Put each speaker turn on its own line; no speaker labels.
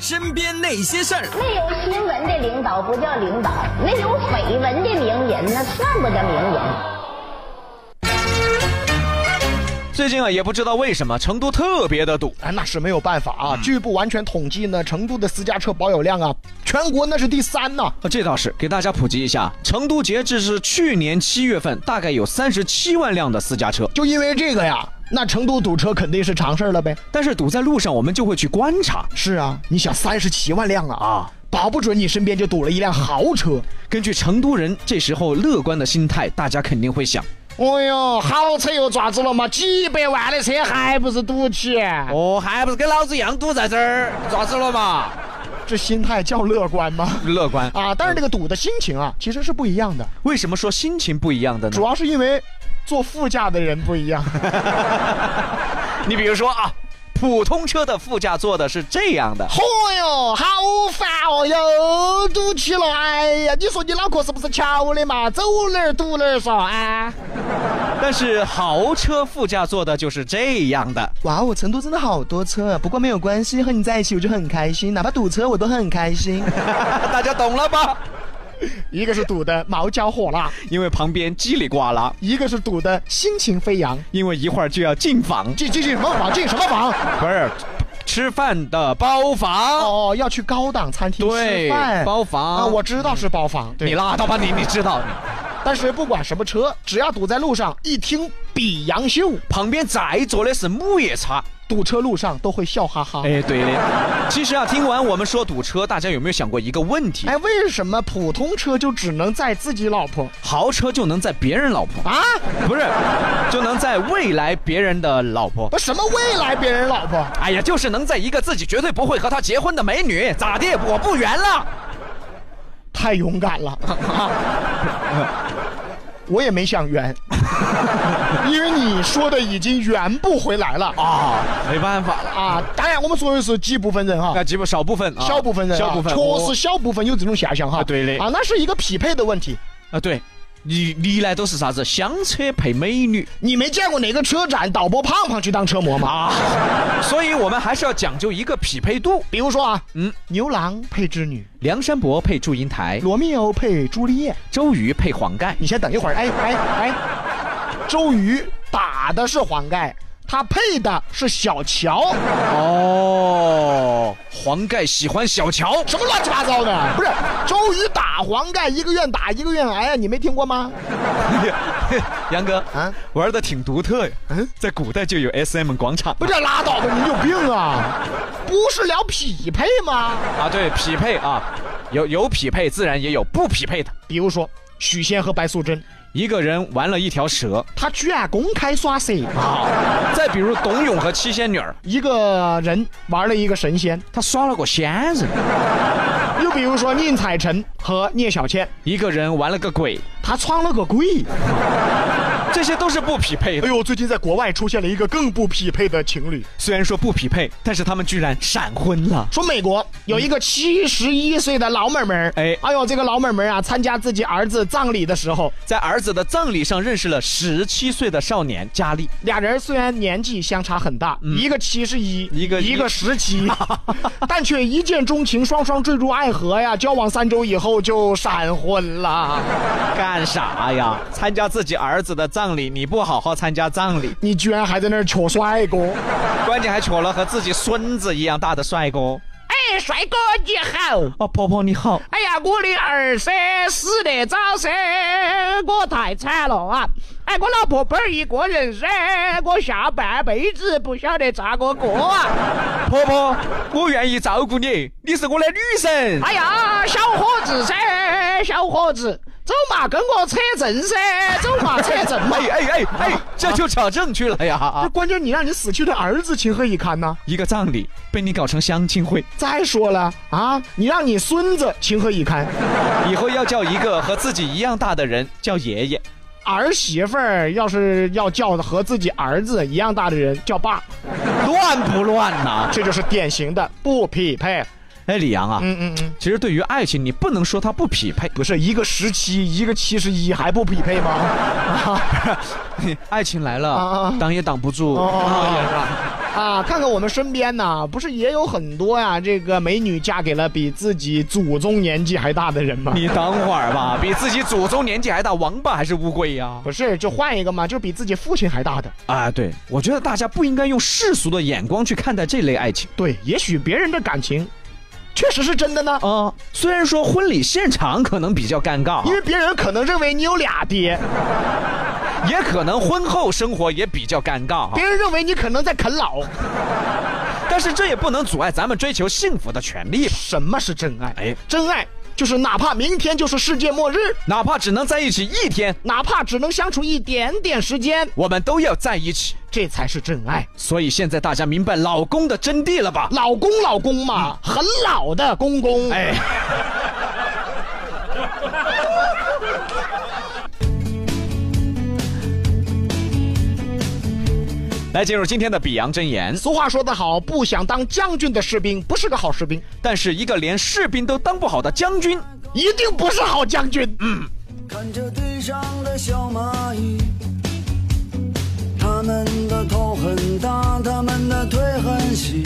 身边那些事儿。
没有新闻的领导不叫领导，没有绯闻的名人那算不叫名人。
最近啊，也不知道为什么成都特别的堵。
哎，那是没有办法啊。据不完全统计呢，成都的私家车保有量啊，全国那是第三呐、
啊，这倒是给大家普及一下，成都截至是去年七月份，大概有三十七万辆的私家车。
就因为这个呀，那成都堵车肯定是常事儿了呗。
但是堵在路上，我们就会去观察。
是啊，你想三十七万辆啊啊，保不准你身边就堵了一辆豪车。
根据成都人这时候乐观的心态，大家肯定会想。
哎呦，好车又爪子了嘛？几百万的车还不是堵起？
哦，还不是跟老子一样堵在这儿，爪子了嘛？
这心态叫乐观吗？
乐观
啊！但是这个堵的心情啊，其实是不一样的。
为什么说心情不一样的呢？
主要是因为坐副驾的人不一样。
你比如说啊，普通车的副驾坐的是这样的。
嚯哟，好烦哦，又堵起了！哎呀，你说你脑壳是不是巧的嘛？走哪儿堵哪儿嗦啊！
但是豪车副驾坐的就是这样的。
哇哦，成都真的好多车，不过没有关系，和你在一起我就很开心，哪怕堵车我都很开心。
大家懂了吧？
一个是堵的毛焦火辣，
因为旁边叽里呱啦；
一个是堵的心情飞扬，
因为一会儿就要进房。
进进进什么房？进什么房？
不是。吃饭的包房
哦，要去高档餐厅
对
吃饭
包房
啊，我知道是包房。对
你拉倒吧你，你知道，
但是不管什么车，只要堵在路上，一听比杨秀，
旁边再坐的是母夜叉。
堵车路上都会笑哈哈。哎，
哎，对的。其实啊，听完我们说堵车，大家有没有想过一个问题？
哎为什么普通车就只能载自己老婆
豪车就能载别人老婆，
啊？
不是，就能载未来别人的老婆。
不，什么未来别人老婆？
哎呀，就是能在一个自己绝对不会和她结婚的美女，咋的？我不圆了。
太勇敢了。我也没想圆，因为你说的已经圆不回来了
啊，没办法了。
啊！当然，我们说的是几部分人哈
那，几部少部分啊，
小部分人啊，
小部分，
确实
实
小部分有这种现象哈。
啊对的
啊，那是一个匹配的问题。
啊，对，历历来都是啥子香车配美女
你没见过哪个车展导播胖胖去当车模吗？
啊，所以我们还是要讲究一个匹配度。
比如说啊，
嗯
嗯，牛郎配织女，
梁山伯配祝英台，
罗密欧配朱丽叶。
周瑜配黄盖，
你先等一会儿，哎哎哎，周瑜打的是黄盖，他配的是小乔，
哦，黄盖喜欢小乔，
什么乱七八糟的？不是，周瑜打黄盖，一个愿打一个愿挨啊呀，你没听过吗？
杨哥
啊
啊，玩的挺独特呀。嗯
嗯，
在古代就有 S M 广场
不是拉倒吧，你有病啊！不是聊匹配吗？
啊，对，匹配啊，有有匹配，自然也有不匹配的。
比如说许仙和白素贞，
一个人玩了一条蛇
他居然公开耍色，
啊，再比如董永和七仙女儿，
一个人玩了一个神仙。
他耍了个仙人；
又比如说宁采臣和聂小倩，
一个人玩了个鬼，
他穿了个鬼。
这些都是不匹配
哎
的。
呦，最近在国外出现了一个更不匹配的情侣，
虽然说不匹配，但是他们居然闪婚了。
说美国有一个七十一岁的老妹妹儿，
哎
哎，哎呦，这个老妹妹儿啊，参加自己儿子葬礼的时候，
在儿子的葬礼上认识了十七岁的少年佳丽，
俩人虽然年纪相差很大，一个七十一，
嗯一个
一个十 七，但却一见钟情，双双坠入爱河呀。交往三周以后就闪婚了。
干啥呀？参加自己儿子的葬礼，你不好好参加葬礼，
你居然还在那儿求帅哥？
关键还娶了和自己孙子一样大的帅哥。
哎，帅哥你好！
哦，婆婆你好，
哎呀，我的儿噻死得早噻，我太惨了啊！哎，我老婆本儿一个人噻，我下半辈子不晓得咋个过啊！
婆婆，我愿意照顾你，你是我的女神。
哎呀，小伙子噻，小伙子，走嘛，跟我扯证噻，走嘛，扯证嘛
哎。哎哎哎，这就扯证去了呀！
那
啊，
哎关键你让你死去的儿子情何以堪呢？
一个葬礼被你搞成相亲会，
再说了啊，你让你孙子情何以堪？
以后要叫一个和自己一样大的人叫爷爷。
儿媳妇儿要是要叫和自己儿子一样大的人叫爸，
乱不乱呐、
这就是典型的不匹配。
哎，李阳啊，
嗯嗯嗯，
其实对于爱情，你不能说它不匹配，
不是一个十七，一个七十一，还不匹配吗？ 啊
爱情来了、
啊啊
挡也挡不住。
哦哦哦
啊
啊，看看我们身边呐、不是也有很多呀、这个美女嫁给了比自己祖宗年纪还大的人吗？
你等会儿吧， 比自己祖宗年纪还大，王八还是乌龟呀、
不是，就换一个嘛，就是比自己父亲还大的。
啊，对，我觉得大家不应该用世俗的眼光去看待这类爱情
对，也许别人的感情确实是真的呢，
啊、虽然说婚礼现场可能比较尴尬，
因为别人可能认为你有俩爹，
哦也可能婚后生活也比较尴尬哈
别，人认为你可能在啃老。
但是这也不能阻碍咱们追求幸福的权利吧。
什么是真爱？
哎
真爱就是哪怕明天就是世界末日，
哪怕只能在一起一天，
哪怕只能相处一点点时间，
我们都要在一起。
这才是真爱。
所以现在大家明白老公的真谛了吧？
老公，老公嘛，很老的公公。哎，
哎，来进入今天的比洋真言。
俗话说得好，不想当将军的士兵不是个好士兵，
但是一个连士兵都当不好的将军，
一定不是好将军。
看着地上的小蚂蚁，它们的头很大，它们的腿很细。